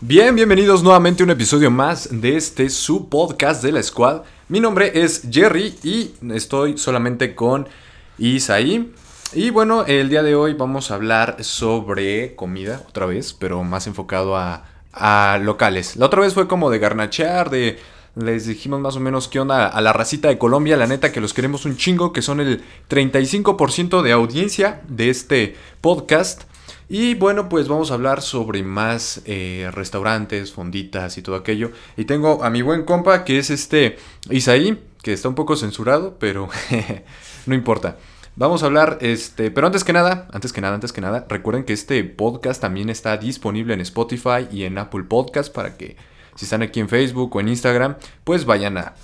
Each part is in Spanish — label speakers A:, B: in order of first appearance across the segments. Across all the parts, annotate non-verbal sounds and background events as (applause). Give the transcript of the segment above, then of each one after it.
A: Bien, bienvenidos nuevamente a un episodio más de este su podcast de la Squad. Mi nombre es Jerry y estoy solamente con Isaí. Y bueno, el día de hoy vamos a hablar sobre comida otra vez, pero más enfocado a, a locales. La otra vez fue como de garnachear, de les dijimos más o menos qué onda a la racita de Colombia, la neta que los queremos un chingo, que son el 35% de audiencia de este podcast. Y bueno, pues vamos a hablar sobre más eh, restaurantes, fonditas y todo aquello. Y tengo a mi buen compa, que es este Isaí, que está un poco censurado, pero (laughs) no importa. Vamos a hablar, este, pero antes que nada, antes que nada, antes que nada, recuerden que este podcast también está disponible en Spotify y en Apple Podcast para que si están aquí en Facebook o en Instagram, pues vayan a,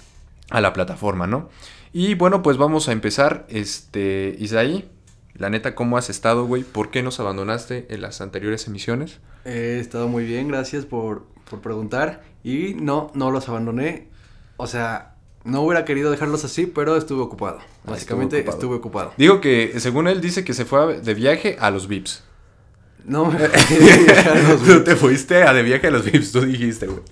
A: a la plataforma, ¿no? Y bueno, pues vamos a empezar, este, Isaí, la neta, ¿cómo has estado, güey? ¿Por qué nos abandonaste en las anteriores emisiones?
B: He estado muy bien, gracias por, por preguntar. Y no, no los abandoné. O sea, no hubiera querido dejarlos así, pero estuve ocupado. Básicamente
A: ocupado.
B: estuve ocupado.
A: Digo que, según él, dice que se fue a- de viaje a los VIPs.
B: No me dejaron
A: (laughs)
B: los
A: Tú
B: vips.
A: te fuiste a de viaje a los VIPs, tú dijiste, güey.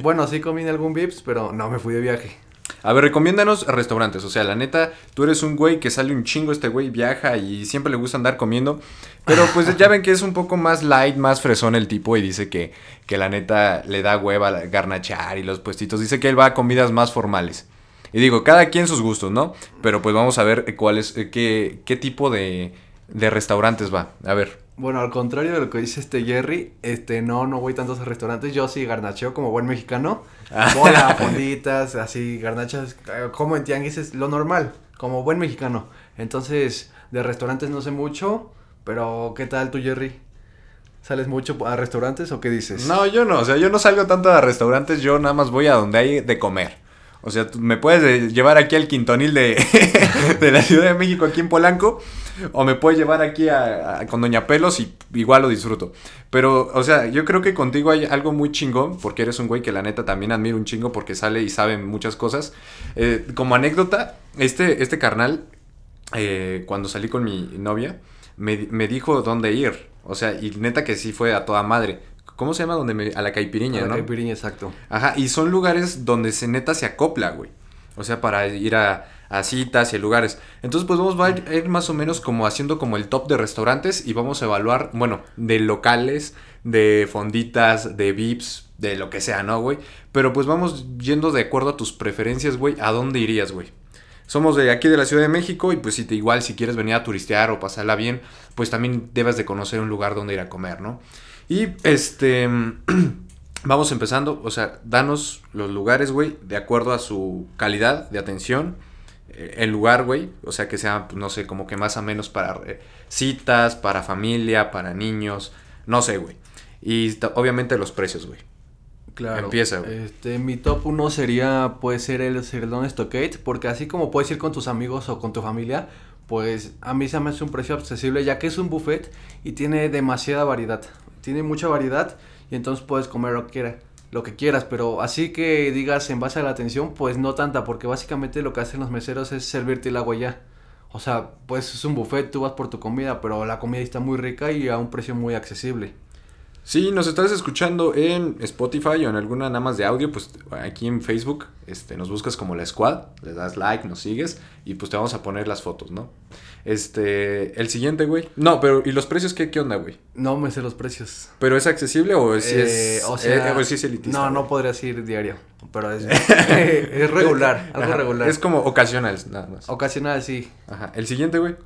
B: Bueno, sí comí en algún Vips, pero no me fui de viaje.
A: A ver, recomiéndanos restaurantes. O sea, la neta, tú eres un güey que sale un chingo, este güey viaja y siempre le gusta andar comiendo. Pero pues ya ven que es un poco más light, más fresón el tipo y dice que, que la neta le da hueva la- garnachar y los puestitos. Dice que él va a comidas más formales. Y digo, cada quien sus gustos, ¿no? Pero pues vamos a ver eh, cuál es, eh, qué, qué tipo de, de restaurantes va. A ver.
B: Bueno, al contrario de lo que dice este Jerry, este, no, no voy tantos a restaurantes. Yo sí garnacheo como buen mexicano.
A: Ah.
B: Voy
A: (laughs)
B: a fonditas, así, garnachas, eh, como en tianguis es lo normal, como buen mexicano. Entonces, de restaurantes no sé mucho, pero ¿qué tal tú, Jerry? ¿Sales mucho a restaurantes o qué dices?
A: No, yo no, o sea, yo no salgo tanto a restaurantes, yo nada más voy a donde hay de comer. O sea, tú me puedes eh, llevar aquí al quintonil de, (laughs) de la Ciudad de México, aquí en Polanco, o me puedes llevar aquí a- a- con Doña Pelos y igual lo disfruto. Pero, o sea, yo creo que contigo hay algo muy chingón, porque eres un güey que la neta también admiro un chingo porque sale y sabe muchas cosas. Eh, como anécdota, este, este carnal eh, cuando salí con mi novia, me, me dijo dónde ir. O sea, y neta que sí fue a toda madre. ¿Cómo se llama? Donde me- a la
B: A
A: caipiriña,
B: la
A: ¿no?
B: caipiriña, exacto.
A: Ajá, y son lugares donde se neta se acopla, güey. O sea, para ir a, a citas y a lugares. Entonces, pues vamos va a ir, a ir más o menos como haciendo como el top de restaurantes y vamos a evaluar, bueno, de locales, de fonditas, de VIPs, de lo que sea, ¿no, güey? Pero pues vamos yendo de acuerdo a tus preferencias, güey, a dónde irías, güey. Somos de aquí de la Ciudad de México y pues si te igual si quieres venir a turistear o pasarla bien, pues también debes de conocer un lugar donde ir a comer, ¿no? Y este vamos empezando, o sea, danos los lugares, güey, de acuerdo a su calidad de atención, eh, el lugar, güey, o sea, que sea pues, no sé, como que más o menos para eh, citas, para familia, para niños, no sé, güey. Y ta- obviamente los precios, güey.
B: Claro.
A: Empieza, güey.
B: Este, mi top 1 sería, puede ser el Cerdón Stockade, porque así como puedes ir con tus amigos o con tu familia, pues a mí se me hace un precio accesible, ya que es un buffet y tiene demasiada variedad. Tiene mucha variedad y entonces puedes comer lo que quieras. Lo que quieras, pero así que digas en base a la atención, pues no tanta, porque básicamente lo que hacen los meseros es servirte el agua ya. O sea, pues es un buffet, tú vas por tu comida, pero la comida está muy rica y a un precio muy accesible.
A: Si nos estás escuchando en Spotify o en alguna nada más de audio, pues aquí en Facebook este, nos buscas como la Squad, le das like, nos sigues y pues te vamos a poner las fotos, ¿no? Este, el siguiente, güey. No, pero ¿y los precios qué, qué onda, güey?
B: No me sé los precios.
A: ¿Pero es accesible o si
B: Eh,
A: Pues es,
B: o sea,
A: eh, o si es elitista?
B: No,
A: güey?
B: no podrías ir diario,
A: (laughs)
B: pero es, (laughs) es regular, algo
A: Ajá,
B: regular.
A: Es como ocasional, nada más.
B: Ocasional, sí.
A: Ajá. El siguiente, güey.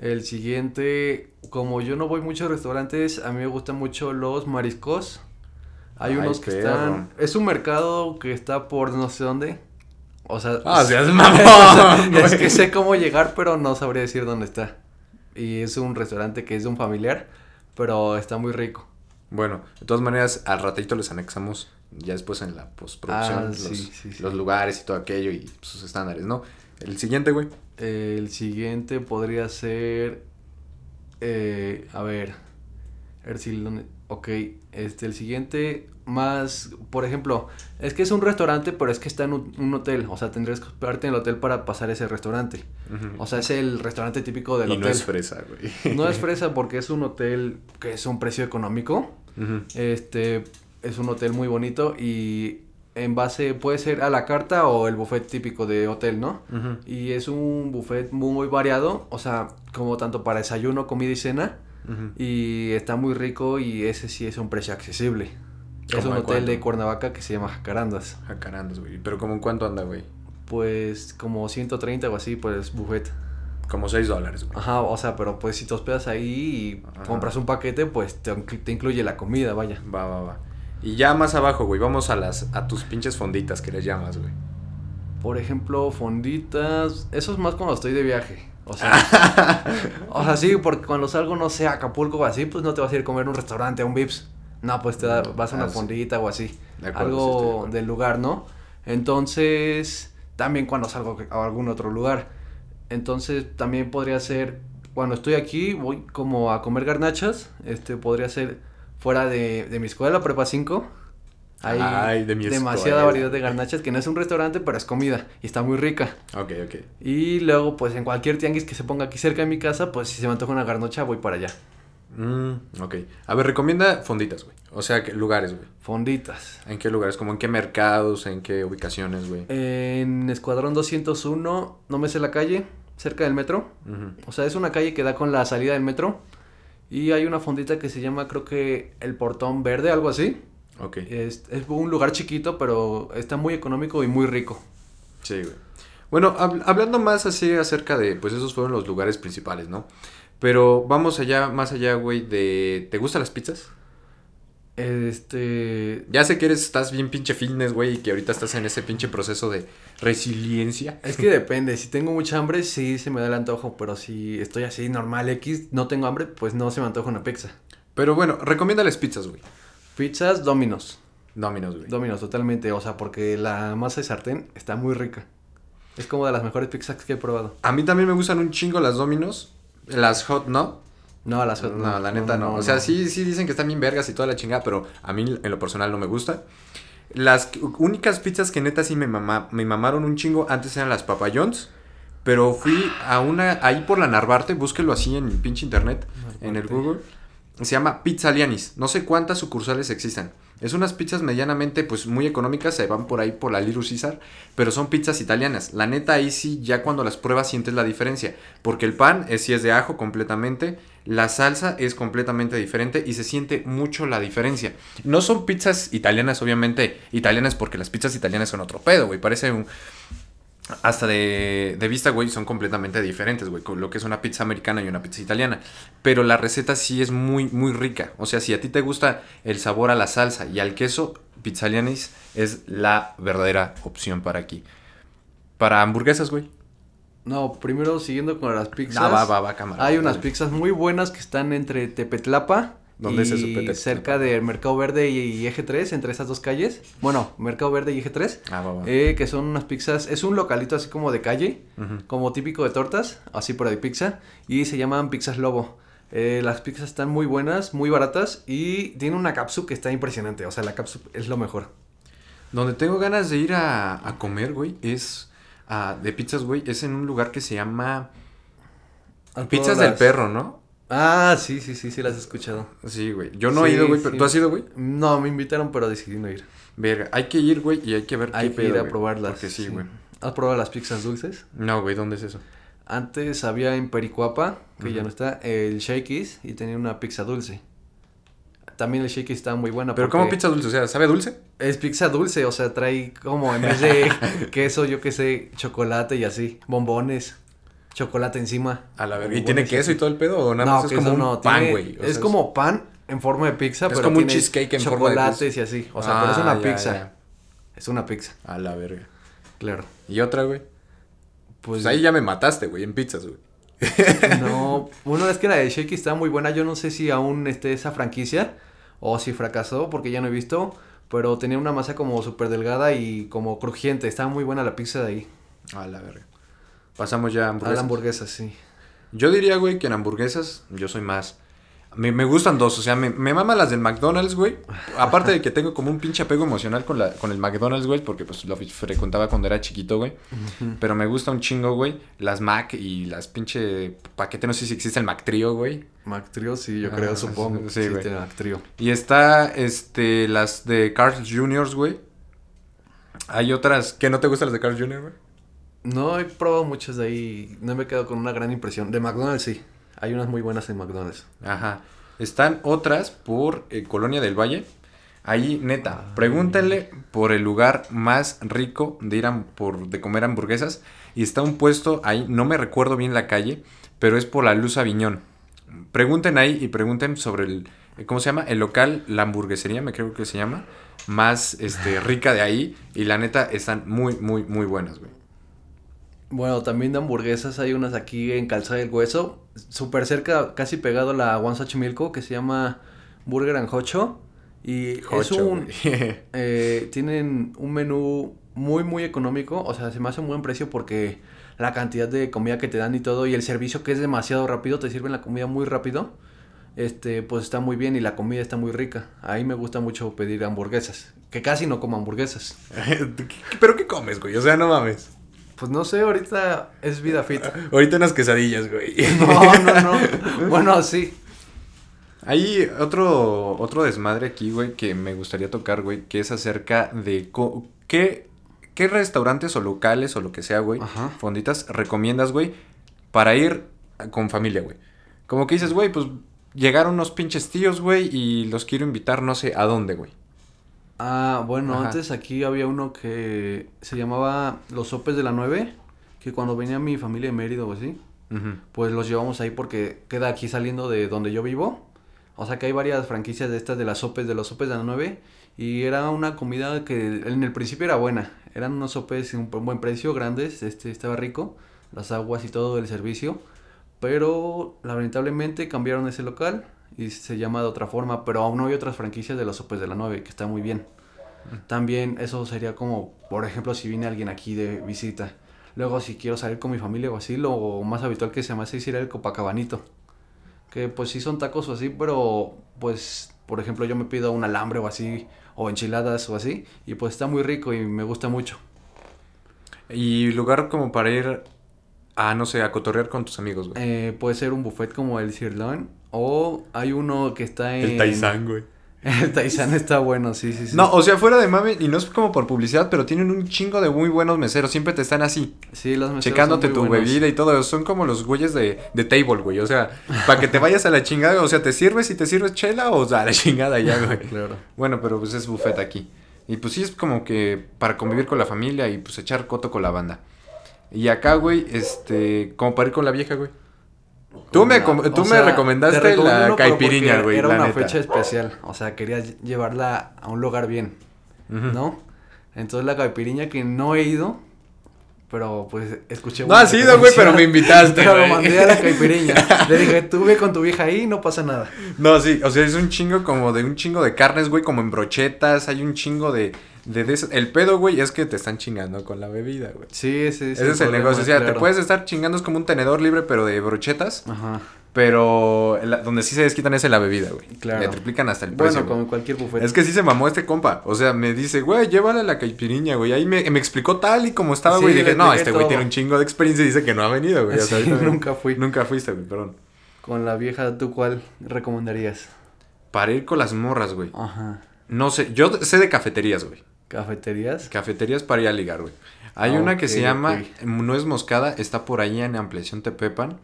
B: El siguiente, como yo no voy mucho a restaurantes, a mí me gustan mucho los mariscos. Hay
A: Ay,
B: unos que
A: perro.
B: están... Es un mercado que está por no sé dónde. O sea...
A: Ah,
B: es- (laughs)
A: seas
B: o
A: mamón,
B: sea, es
A: güey.
B: que sé cómo llegar, pero no sabría decir dónde está. Y es un restaurante que es de un familiar, pero está muy rico.
A: Bueno, de todas maneras, al ratito les anexamos ya después en la postproducción
B: Ah,
A: los,
B: sí, sí, sí.
A: los lugares y todo aquello y pues, sus estándares, ¿no? El siguiente, güey.
B: El siguiente podría ser. eh, a ver. Ercilón. Ok. Este, el siguiente más. Por ejemplo, es que es un restaurante, pero es que está en un, un hotel. O sea, tendrías que hospedarte en el hotel para pasar ese restaurante. O sea, es el restaurante típico del
A: y
B: hotel.
A: no es fresa, güey.
B: (laughs) No es fresa porque es un hotel que es un precio económico.
A: Ujú.
B: Este, Es un hotel muy bonito y en base puede ser a la carta o el buffet típico de hotel, ¿no?
A: Ujú.
B: Y es un buffet muy, muy variado, o sea, como tanto para desayuno, comida y cena.
A: Ujú.
B: Y está muy rico y ese sí es un precio accesible. Es
A: ¿Cómo
B: un
A: de
B: hotel
A: cuánto?
B: de Cuernavaca que se llama Jacarandas.
A: Jacarandas, Ah, güey. Pero como en cuánto anda, güey.
B: Pues como 130 o así por el buffet.
A: Como 6 dólares, güey.
B: Ajá, o sea, pero pues si te hospedas ahí y
A: Ajá.
B: compras un paquete, pues te, inclu- te incluye la comida, vaya.
A: Va, va, va. Y ya más abajo, güey, vamos a las a tus pinches fonditas que les llamas, güey.
B: Por ejemplo, fonditas. Eso es más cuando estoy de viaje. O sea,
A: (laughs)
B: o sea, sí, porque cuando salgo, no sé, a Acapulco o así, pues no te vas a ir a comer a un restaurante, a un Vips. No, pues te da- vas a una
A: Ah, sí.
B: fondita o así.
A: De acuerdo, sí, estoy de
B: Algo
A: acuerdo.
B: del lugar, ¿no? Entonces, también cuando salgo a algún otro lugar. Entonces, también podría ser, cuando estoy aquí, voy como a comer garnachas. Este, podría ser fuera de, de mi escuela, prepa 5. Hay
A: Ay, de mi
B: demasiada
A: escuela.
B: variedad de garnachas, que no es un restaurante, pero es comida y está muy rica.
A: Ok, ok.
B: Y luego, pues en cualquier tianguis que se ponga aquí cerca de mi casa, pues si se me antoja una garnocha, voy para allá.
A: Mm, ok. A ver, recomienda fonditas, güey. O sea, que- lugares, güey.
B: Fonditas.
A: ¿En qué lugares? ¿Como en qué mercados? ¿En qué ubicaciones, güey?
B: En Escuadrón 201, no me sé la calle, cerca del metro.
A: Ujú.
B: O sea, es una calle que da con la salida del metro. Y hay una fondita que se llama, creo que el Portón Verde, algo así.
A: Ok.
B: Es, es un lugar chiquito, pero está muy económico y muy rico.
A: Sí, güey. Bueno, hab- hablando más así acerca de, pues esos fueron los lugares principales, ¿no? Pero vamos allá, más allá, güey, de... ¿Te gustan las pizzas?
B: Este.
A: Ya sé que eres, estás bien pinche fitness, güey, y que ahorita estás en ese pinche proceso de resiliencia. (laughs)
B: Es que depende, si tengo mucha hambre, sí se me da el antojo, pero si estoy así normal X, no tengo hambre, pues no se me antoja una pizza.
A: Pero bueno, recomienda las pizzas, güey.
B: Pizzas Dominos.
A: Dominos, güey.
B: Dominos, totalmente. O sea, porque la masa de sartén está muy rica. Es como de las mejores pizzas que he probado.
A: A mí también me gustan un chingo las Dominos. Las hot, ¿no?
B: No, las
A: No, la neta no. O sea, sí, sí dicen que están bien vergas y toda la chingada, pero a mí en lo personal no me gusta. Las que- únicas pizzas que neta sí me, mama- me mamaron un chingo antes eran las Papa John's. Pero fui a una, ahí por la Narvarte, búsquelo así en pinche internet, en el
B: Narvarte.
A: Google. Se llama Pizza Lianis. No sé cuántas sucursales existan. Es unas pizzas medianamente, pues muy económicas. Se van por ahí por la Little Caesar. Pero son pizzas italianas. La neta, ahí sí, ya cuando las pruebas sientes la diferencia. Porque el pan es, sí es de ajo completamente. La salsa es completamente diferente. Y se siente mucho la diferencia. No son pizzas italianas, obviamente. Italianas porque las pizzas italianas son otro pedo, güey. Parece un, hasta de, de vista, güey, son completamente diferentes, güey. con Lo que es una pizza americana y una pizza italiana. Pero la receta sí es muy, muy rica. O sea, si a ti te gusta el sabor a la salsa y al queso, Pizzalianis es la verdadera opción para aquí. Para hamburguesas, güey.
B: No, primero siguiendo con las pizzas.
A: Ah, va, va, va, cámara.
B: Hay unas pizzas muy buenas que están entre Tepetlapa.
A: ¿Dónde
B: y
A: es eso, Tepetlapa?
B: Cerca de Mercado Verde y Eje 3, entre esas dos calles. Bueno, Mercado Verde y Eje 3.
A: Ah, va, va.
B: eh, que son unas pizzas. Es un localito así como de calle.
A: Ujú.
B: como típico de tortas, así por ahí pizza, y se llaman pizzas lobo. Eh, las pizzas están muy buenas, muy baratas y tiene una capsu que está impresionante. O sea, la capsu es lo mejor.
A: Donde tengo ganas de ir a, a comer, güey, es... a- de pizzas, güey, es en un lugar que se llama... Pizzas del Perro, ¿no?
B: Ah, sí, sí, sí, sí, las he escuchado.
A: Sí, güey. Yo no he
B: Sí,
A: ido, güey, pero
B: sí.
A: ¿tú has ido, güey?
B: No, me invitaron, pero decidí no ir.
A: Verga, hay que ir, güey, y hay que ver
B: Hay
A: qué
B: que
A: pedo,
B: ir a
A: güey,
B: probarlas.
A: Porque sí, güey.
B: ¿Has probado las pizzas dulces?
A: No, güey, ¿dónde es eso?
B: Antes había en Pericuapa, que ya
A: Ujú.
B: no está, el Shakey's y tenía una pizza dulce. También el Shakey's estaba muy buena.
A: Pero ¿cómo
B: porque-
A: pizza dulce? O sea, ¿sabe a dulce?
B: Es pizza dulce, o sea, trae como en vez de
A: (laughs)
B: queso, yo qué sé, chocolate y así, bombones, chocolate encima.
A: A la verga.
B: verga.
A: ¿Y tiene queso y todo el pedo? ¿O nada más
B: No,
A: es
B: queso
A: como un
B: no,
A: pan,
B: tiene-
A: güey? O sea,
B: es como pan en forma de pizza,
A: Es
B: pero
A: como un
B: tiene
A: cheesecake en forma de
B: chocolates y así, o sea, pero es
A: Ah,
B: una
A: ya,
B: pizza.
A: ya.
B: Es una pizza,
A: A la verga.
B: claro.
A: ¿Y otra, güey?
B: Pues,
A: Pues ahí ya me mataste, güey, en pizzas, güey.
B: (laughs) no, bueno, es que la de Shakey está muy buena, yo no sé si aún esté esa franquicia o si fracasó porque ya no he visto, pero tenía una masa como súper delgada y como crujiente, estaba muy buena la pizza de ahí.
A: A la verga. Pasamos ya a
B: A
A: hamburguesas.
B: la hamburguesa, sí.
A: Yo diría, güey, que en hamburguesas yo soy más. Me, me gustan dos, o sea, me, me mama las del McDonald's, güey. Aparte de que tengo como un pinche apego emocional con, la, con el McDonald's, güey, porque pues lo frecuentaba cuando era chiquito, güey. Pero me gusta un chingo, güey. Las Mac y las pinche paquete, no sé si existe el Mac Trio, güey.
B: McTrio, sí, yo creo,
A: Ah,
B: supongo.
A: sí,
B: Sí,
A: güey.
B: tiene McTrio.
A: Y está, este, las de Carl Juniors, güey. Hay otras que no te gustan las de Carl Jr., güey.
B: No he probado muchas de ahí. No me quedo con una gran impresión. De McDonald's, sí. Hay unas muy buenas en McDonald's.
A: Ajá. Están otras por eh, Colonia del Valle. Ahí, neta, pregúntenle por el lugar más rico de ir a- por, de comer hamburguesas. Y está un puesto ahí, no me recuerdo bien la calle, pero es por la Luz Aviñón. Pregunten ahí y pregunten sobre el, eh, ¿cómo se llama? El local, la hamburguesería, me creo que se llama, más
B: (laughs)
A: este, rica de ahí. Y la neta, están muy, muy, muy buenas, güey.
B: Bueno, también de hamburguesas hay unas aquí en Calzada del Hueso, súper cerca, casi pegado a la One Milco, que se llama Burger and Hocho. Y es
A: Jocho,
B: un...
A: güey. (laughs)
B: eh, tienen un menú muy, muy económico, o sea, se me hace un buen precio porque la cantidad de comida que te dan y todo, y el servicio que es demasiado rápido, te sirven la comida muy rápido, este, pues está muy bien y la comida está muy rica. Ahí me gusta mucho pedir hamburguesas, que casi no como hamburguesas.
A: ¿Pero qué comes, güey? O sea, no mames.
B: Pues no sé, ahorita es vida fit.
A: Ahorita unas quesadillas, güey.
B: No, no, no. Bueno, sí.
A: Hay otro, otro desmadre aquí, güey, que me gustaría tocar, güey, que es acerca de co- qué, qué restaurantes o locales o lo que sea, güey,
B: Ajá.
A: fonditas recomiendas, güey, para ir a- con familia, güey. Como que dices, güey, pues llegaron unos pinches tíos, güey, y los quiero invitar no sé a dónde, güey.
B: Ah, bueno,
A: Ajá.
B: antes aquí había uno que se llamaba Los Sopes de la 9, que cuando venía mi familia de Mérida o así,
A: Ujú.
B: pues los llevamos ahí porque queda aquí saliendo de donde yo vivo. O sea que hay varias franquicias de estas de las sopes, de los sopes de la 9. Y era una comida que en el principio era buena. Eran unos sopes un un buen precio, grandes, este estaba rico. Las aguas y todo el servicio. Pero lamentablemente cambiaron ese local y se llama de otra forma. Pero aún hay otras franquicias de los sopes de la 9 que está muy bien. También eso sería como, por ejemplo, si viene alguien aquí de visita. Luego, si quiero salir con mi familia o así, lo más habitual que se me hace es ir al Copacabanito. Que pues sí son tacos o así, pero pues, por ejemplo, yo me pido un alambre o así, o enchiladas o así, y pues está muy rico y me gusta mucho.
A: Y lugar como para ir a, no sé, a cotorrear con tus amigos, güey.
B: Eh, puede ser un buffet como el Cirlón, o hay uno que está en.
A: güey.
B: (laughs) El Taizán está bueno, sí, sí, sí.
A: No, o sea, fuera de mame, y no es como por publicidad, pero tienen un chingo de muy buenos meseros. Siempre te están así,
B: sí, los meseros son
A: checándote
B: muy
A: tu
B: buenos.
A: bebida y todo. Son como los güeyes de, de table, güey. O sea, para que te vayas a la chingada. O sea, ¿te sirves y te sirves chela o a la chingada ya, güey?
B: Claro.
A: Bueno, pero pues es buffet aquí. Y pues sí, es como que para convivir con la familia y pues echar coto con la banda. Y acá, güey, este, como para ir con la vieja, güey. Tú me, com-
B: O
A: tú
B: sea,
A: me
B: te
A: recomendaste
B: recomiendo
A: la
B: uno, pero porque
A: caipirinha, güey.
B: Era
A: la
B: una
A: neta.
B: fecha especial, o sea, quería lle- llevarla a un lugar bien,
A: Ujú.
B: ¿no? Entonces la caipirinha que no he ido, pero pues escuché...
A: No has
B: buenas
A: ido, güey, pero me
B: referencias, (laughs)
A: invitaste,
B: Pero
A: güey.
B: mandé a la caipirinha.
A: (laughs)
B: Le dije, tú ve con tu vieja ahí, no pasa nada.
A: No, sí, o sea, es un chingo como de un chingo de carnes, güey, como en brochetas, hay un chingo de... de, de esas- El pedo, güey, es que te están chingando con la bebida, güey.
B: Sí, ese,
A: Ese es el
B: problema,
A: negocio, o sea, te
B: claro.
A: puedes estar chingando, es como un tenedor libre, pero de brochetas,
B: Ajá.
A: pero la- donde sí se desquitan es en la bebida, güey.
B: Claro.
A: Le triplican hasta el precio. güey.
B: Bueno, como pues en cualquier buffet. (laughs)
A: Es que sí se mamó este compa, o sea, me dice, güey, llévala a la caipiriña, güey. Ahí me, me explicó tal y como estaba,
B: Sí,
A: güey, y
B: le
A: dije, no,
B: expliqué
A: este güey
B: todo".
A: tiene un chingo de experiencia y dice que no ha venido, güey. O sea,
B: Sí,
A: ahorita me-
B: (laughs) nunca fui.
A: Nunca fuiste, güey, perdón.
B: Con la vieja, ¿tú cuál recomendarías?
A: Para ir con las morras, güey.
B: Ajá.
A: No sé, yo sé de cafeterías, güey.
B: ¿Cafeterías?
A: Cafeterías para ir a ligar, güey. Hay
B: Ah,
A: una que
B: ok,
A: se llama
B: ok.
A: Nuez Moscada, está por ahí en Ampliación Tepepan.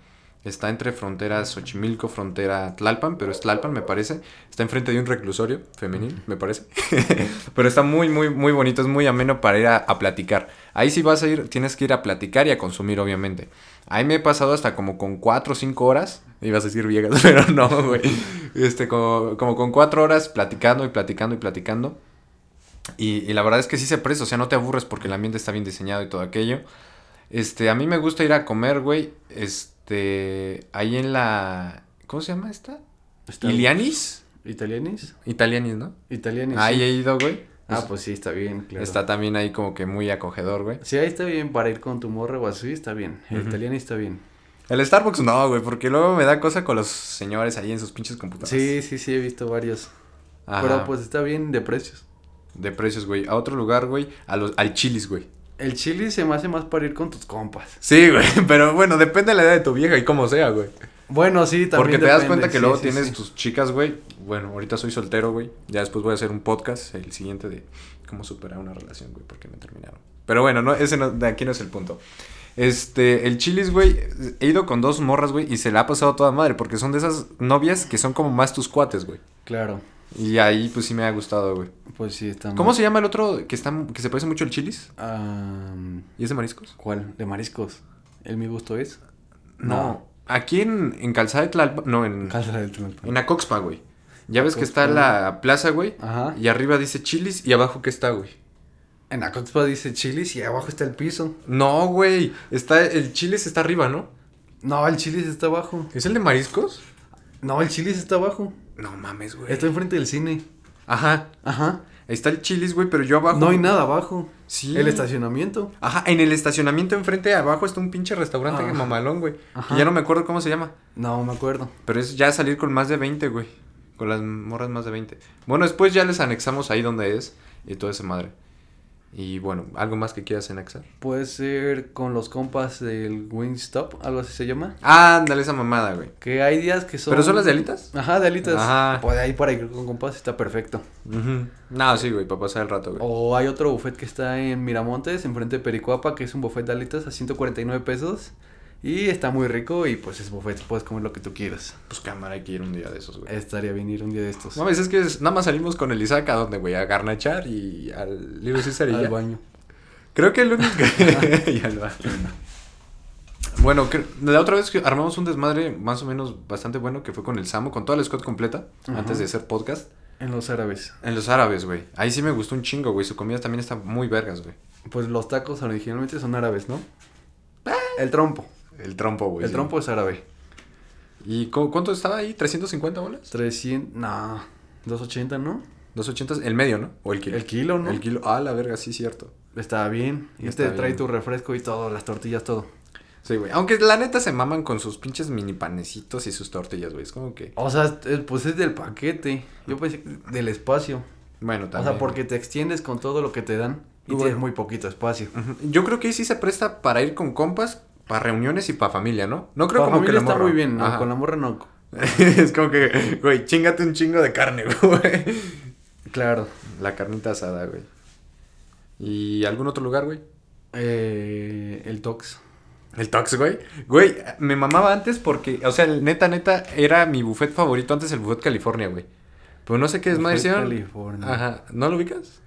A: Está entre frontera Xochimilco, frontera Tlalpan, pero es Tlalpan, me parece. Está enfrente de un reclusorio femenil, me parece. (laughs) pero está muy, muy, muy bonito, es muy ameno para ir a, a platicar. Ahí sí vas a ir, tienes que ir a platicar y a consumir, obviamente. Ahí me he pasado hasta como con 4 o 5 horas. Ibas a decir viejas, (laughs) pero no, güey. Este, como, como con 4 horas platicando y platicando y platicando. Y, y la verdad es que sí se presta, o sea, no te aburres porque el ambiente está bien diseñado y todo aquello. Este, a mí me gusta ir a comer, güey. Este, ahí en la. ¿Cómo se llama esta?
B: Está-
A: ¿Ilianis?
B: ¿Italianis?
A: Italianis, ¿no?
B: ¿Italianis?
A: Ahí
B: sí.
A: he ido, güey.
B: Ah,
A: Es-
B: pues sí, está bien, claro.
A: Está también ahí como que muy acogedor, güey.
B: Sí, ahí está bien para ir con tu morra o así, está bien. El
A: Ujú.
B: italiano está bien.
A: El Starbucks no, güey, porque luego me da cosa con los señores ahí en sus pinches computadoras.
B: Sí, sí, sí, he visto varios.
A: Ajá.
B: Pero pues está bien de precios.
A: De precios, güey. A otro lugar, güey. A los, al Chilis, güey.
B: El chili se me hace más para ir con tus compas.
A: (laughs) Sí, güey. Pero bueno, depende de la edad de tu vieja y cómo sea, güey.
B: Bueno, sí, también.
A: Porque te das cuenta
B: depende,
A: que
B: sí,
A: luego
B: sí,
A: tienes
B: sí.
A: tus chicas, güey. Bueno, ahorita soy soltero, güey. Ya después voy a hacer un podcast, el siguiente de cómo superar una relación, güey, porque me terminaron. Pero bueno, no, ese no- de aquí no es el punto. Este, el chilis, güey, he ido con dos morras, güey, y se la ha pasado a toda madre, porque son de esas novias que son como más tus cuates, güey.
B: Claro.
A: Y ahí, pues sí me ha gustado, güey.
B: Pues sí, está
A: ¿Cómo
B: se...?
A: se llama el otro que, está, que se parece mucho al chilis? ¿Y es de mariscos?
B: ¿Cuál? ¿De mariscos? ¿El mi gusto es?
A: Aquí en, en Calzada de Tlalpan, no, en,
B: Calzada del Tlalpan.
A: en Acoxpa, güey. Ya ves que está
B: Acoxpa.
A: la plaza, güey.
B: Ajá.
A: Y arriba dice chilis y abajo qué está, güey.
B: En Acoxpa dice chilis y abajo está el piso.
A: No, güey. Está, el chilis está arriba, ¿no?
B: No, el chilis está abajo.
A: ¿Es el de mariscos?
B: No, el chilis está abajo.
A: No mames, güey.
B: Está enfrente del cine.
A: Ajá.
B: Ajá.
A: Está el chilis, güey, pero yo abajo.
B: No hay nada abajo.
A: Sí.
B: El estacionamiento.
A: Ajá, en el estacionamiento enfrente de abajo está un pinche restaurante
B: Ah.
A: que mamalón, güey.
B: Ajá.
A: Que ya no me acuerdo cómo se llama.
B: No, me acuerdo.
A: Pero es ya salir con más de 20, güey. Con las morras más de 20. Bueno, después ya les anexamos ahí donde es y toda esa madre. Y bueno, ¿algo más que quieras anexar?
B: Puede ser con los compas del Wingstop, algo así se llama.
A: Ah, ándale esa mamada, güey.
B: Que hay días que son.
A: ¿Pero son las de alitas?
B: Ajá, de alitas.
A: Ajá.
B: Pues ahí para ir con compas está perfecto.
A: Ujú. No, sí, güey, para pasar el rato, güey.
B: O hay otro buffet que está en Miramontes, enfrente de Pericuapa, que es un buffet de alitas a 149 pesos. Y está muy rico y pues es buffet, puedes comer lo que tú quieras.
A: Pues cámara, hay que ir un día de esos, güey.
B: Estaría bien ir un día de estos.
A: No, mames, es que es- nada más salimos con el Isaac a donde, güey, a garnachar y al Little Caesar y
B: Al
A: ya.
B: baño.
A: Creo que el (laughs) único. y al baño. Bueno, cre- la otra vez que armamos un desmadre más o menos bastante bueno que fue con el Samo, con toda la squad completa,
B: Ajá.
A: antes de hacer podcast.
B: En los árabes.
A: En los árabes, güey. Ahí sí me gustó un chingo, güey. Su comida también está muy vergas, güey.
B: Pues los tacos originalmente son árabes, ¿no? El trompo.
A: El trompo, güey.
B: el
A: sí.
B: trompo es árabe.
A: ¿Y cu- cuánto estaba ahí? ¿350 bolas?
B: 300, no, 280, ¿no?
A: 280, el medio, ¿no? O el kilo.
B: El kilo, ¿no?
A: El kilo. Ah, la verga, sí, cierto.
B: Está bien. Y
A: Está
B: te trae
A: bien.
B: tu refresco y todo, las tortillas, todo.
A: Sí, güey. Aunque la neta se maman con sus pinches mini panecitos y sus tortillas, güey. Es como que.
B: O sea, es- es- pues es del paquete. Yo pensé que del espacio.
A: Bueno,
B: o
A: también.
B: sea, porque te extiendes con todo lo que te dan y
A: Güey.
B: tienes muy poquito espacio.
A: Ujú. Yo creo que ahí sí se presta para ir con compas, para reuniones y para familia, ¿no? No creo
B: Creo
A: como que la
B: está
A: morra.
B: muy bien, ¿no?
A: Ajá.
B: con la morra no.
A: (laughs) es como que, güey, chingate un chingo de carne, (laughs) güey.
B: Claro.
A: La carnita asada, güey. ¿Y algún otro lugar, güey?
B: Eh, el tox.
A: El Tox, güey. Güey, me mamaba antes porque, o sea, el neta, neta, era mi buffet favorito antes el buffet California, güey. Pero no sé qué es más
B: Fue en
A: hicieron.
B: California.
A: Ajá, ¿no lo ubicas?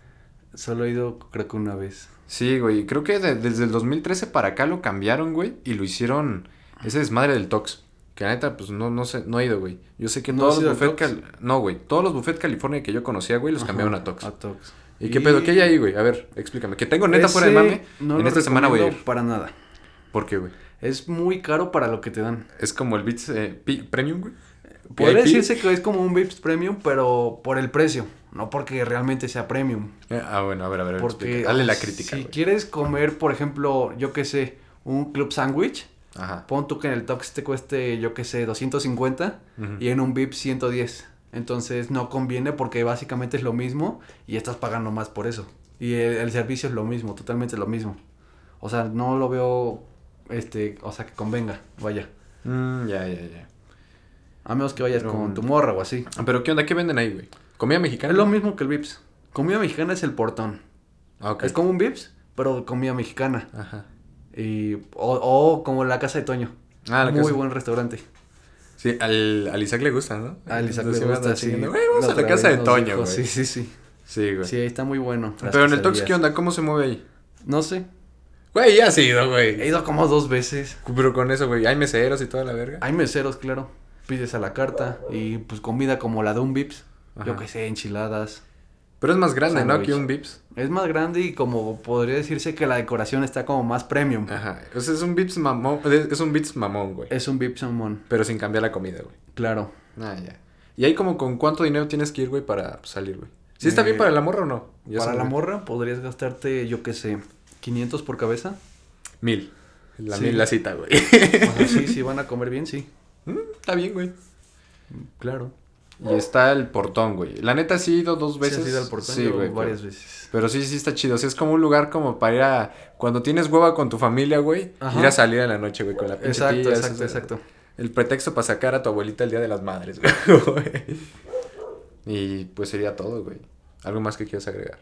B: Solo he ido creo que una vez.
A: Sí, güey, creo que de- desde el 2013 para acá lo cambiaron, güey, y lo hicieron ese desmadre del Tox. Que la neta, pues no, no sé, no he ido, güey. Yo sé que
B: ¿No
A: todos
B: has
A: los
B: ido al
A: buffet Cal- No, güey, todos los buffet California que yo conocía, güey, los Pues cambiaron
B: Ajá, Ah,
A: a Tox.
B: A tox.
A: ¿Y, qué pedo? ¿Qué hay ahí, güey? A ver, explícame. Que tengo neta fuera de
B: Ese
A: mame.
B: no
A: en
B: lo
A: esta semana voy a
B: recomiendo
A: ir.
B: Para nada.
A: ¿Por qué, güey?
B: Es muy caro para lo que te dan.
A: Es como el Beats eh, Pi- Premium, güey.
B: Podría
A: VIP.
B: decirse que es como un Vips Premium, pero por el precio, no porque realmente sea premium.
A: Eh, Ah, bueno, a ver, a ver.
B: Porque
A: explica. Dale la crítica,
B: si
A: güey.
B: quieres comer, por ejemplo, yo que sé, un club sándwich,
A: Ajá.
B: pon tú que en el Tox te cueste, yo que sé, 250
A: Ujú.
B: y en un VIP 110. Entonces no conviene porque básicamente es lo mismo y estás pagando más por eso. Y el, el servicio es lo mismo, totalmente lo mismo. O sea, no lo veo, este, o sea, que convenga, vaya.
A: Mm, ya, ya, ya.
B: A menos que vayas
A: Pero-
B: con tu morra o así.
A: Ah, Pero, ¿qué onda? ¿Qué venden ahí, güey? ¿Comida mexicana?
B: Es lo mismo que el Vips. Comida mexicana es el portón.
A: Ah, ok.
B: Es como un Vips, pero comida mexicana.
A: Ajá.
B: Y, o, o como la casa de Toño.
A: Ah, la
B: Muy
A: casa.
B: buen restaurante.
A: Sí, al, al Isaac le gusta, ¿no?
B: Ah, Isaac
A: Entonces,
B: le
A: me
B: gusta,
A: anda
B: sí.
A: siguiendo, "Güey, vamos a la
B: otra
A: casa de
B: vez nos
A: Toño,
B: dijo,
A: güey.
B: Sí, sí, sí.
A: Sí, güey.
B: Sí, ahí está muy bueno. las
A: Pero en el Tox,
B: quesadillas.
A: ¿qué onda? ¿Cómo se mueve ahí?
B: No sé.
A: Güey, ya ha sido,
B: He
A: güey.
B: ido como dos veces.
A: Pero con eso, güey, hay meseros y toda la verga.
B: Hay meseros, claro. Pides a la carta y pues comida como la de un Vips. Yo
A: Ajá.
B: qué sé, enchiladas.
A: Pero es más grande, ¿no?
B: Sándwich.
A: Que un Vips.
B: Es más grande y como podría decirse que la decoración está como más premium.
A: Ajá. O sea, es un Vips mamón. Es un Vips mamón, güey.
B: Es un Vips Salmón,
A: Pero sin cambiar la comida, güey.
B: claro.
A: Ah, ya. ¿Y ahí como con cuánto dinero tienes que ir, güey, para pues, salir, güey? ¿Sí está
B: Eh,
A: bien para la morra o no? Ya
B: Para
A: son,
B: la
A: güey,
B: morra podrías gastarte, yo qué sé, 500 por cabeza.
A: (laughs) Mil. La
B: Sí.
A: mil la cita, güey. (laughs)
B: O sea, sí, sí, van a comer bien, sí.
A: Mm, está bien, güey.
B: Claro.
A: Y está el portón, güey. La neta sí he ido dos
B: ¿Veces?
A: veces.
B: has ido al portón?
A: Sí,
B: Yo
A: güey.
B: varias
A: pero-
B: veces.
A: Pero sí, sí está chido. O sea, es como un lugar como para ir a... Cuando tienes hueva con tu familia, güey,
B: Ajá.
A: ir a salir en la noche, güey, con la pinche
B: Exacto,
A: tía,
B: exacto,
A: esas-
B: exacto.
A: el pretexto para sacar a tu abuelita el Día de las Madres, (laughs) güey. y pues sería todo, güey. ¿Algo más que quieras agregar?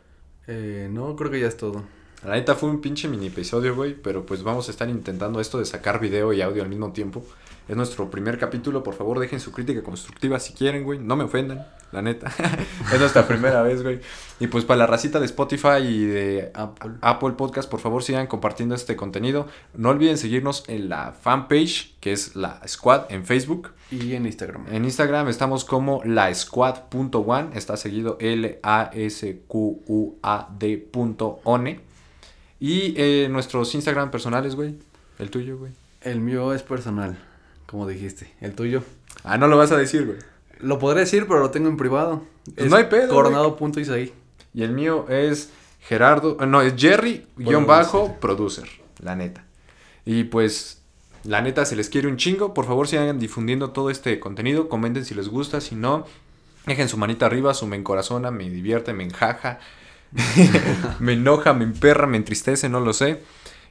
B: Eh, no, creo que ya es todo.
A: La neta fue un pinche mini episodio, güey, pero pues vamos a estar intentando esto de sacar video y audio al mismo tiempo. Es nuestro primer capítulo, por favor dejen su crítica constructiva si quieren, güey, no me ofendan, la neta. (laughs) es nuestra primera vez, güey. Y pues para la racita de Spotify y de Apple. Apple Podcast, por favor sigan compartiendo este contenido. No olviden seguirnos en la fanpage, que es la Squad en Facebook.
B: Y en Instagram.
A: En Instagram estamos como la squad.one, está seguido L A S Q U A D punto one. E. Y eh, nuestros Instagram personales, güey. El tuyo, güey.
B: El mío es personal, como dijiste. El tuyo.
A: Ah, no lo vas a decir, güey.
B: Lo podré decir, pero lo tengo en privado.
A: Pues no hay pedo,
B: Coronado.isaí.
A: Y el mío es Gerardo, ah, no, es Jerry, guión bajo, producer, la neta. Y pues, la neta, se les quiere un chingo. Por favor, sigan difundiendo todo este contenido. Comenten si les gusta, si no, dejen su manita arriba, su me encorazona, me divierte, me enjaja. (laughs) me enoja, me emperra, me entristece, no lo sé.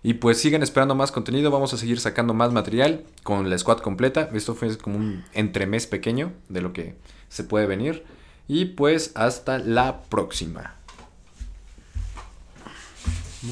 A: Y pues sigan esperando más contenido, vamos a seguir sacando más material con la squad completa. Esto fue como un entremés pequeño de lo que se puede venir. Y pues hasta la próxima.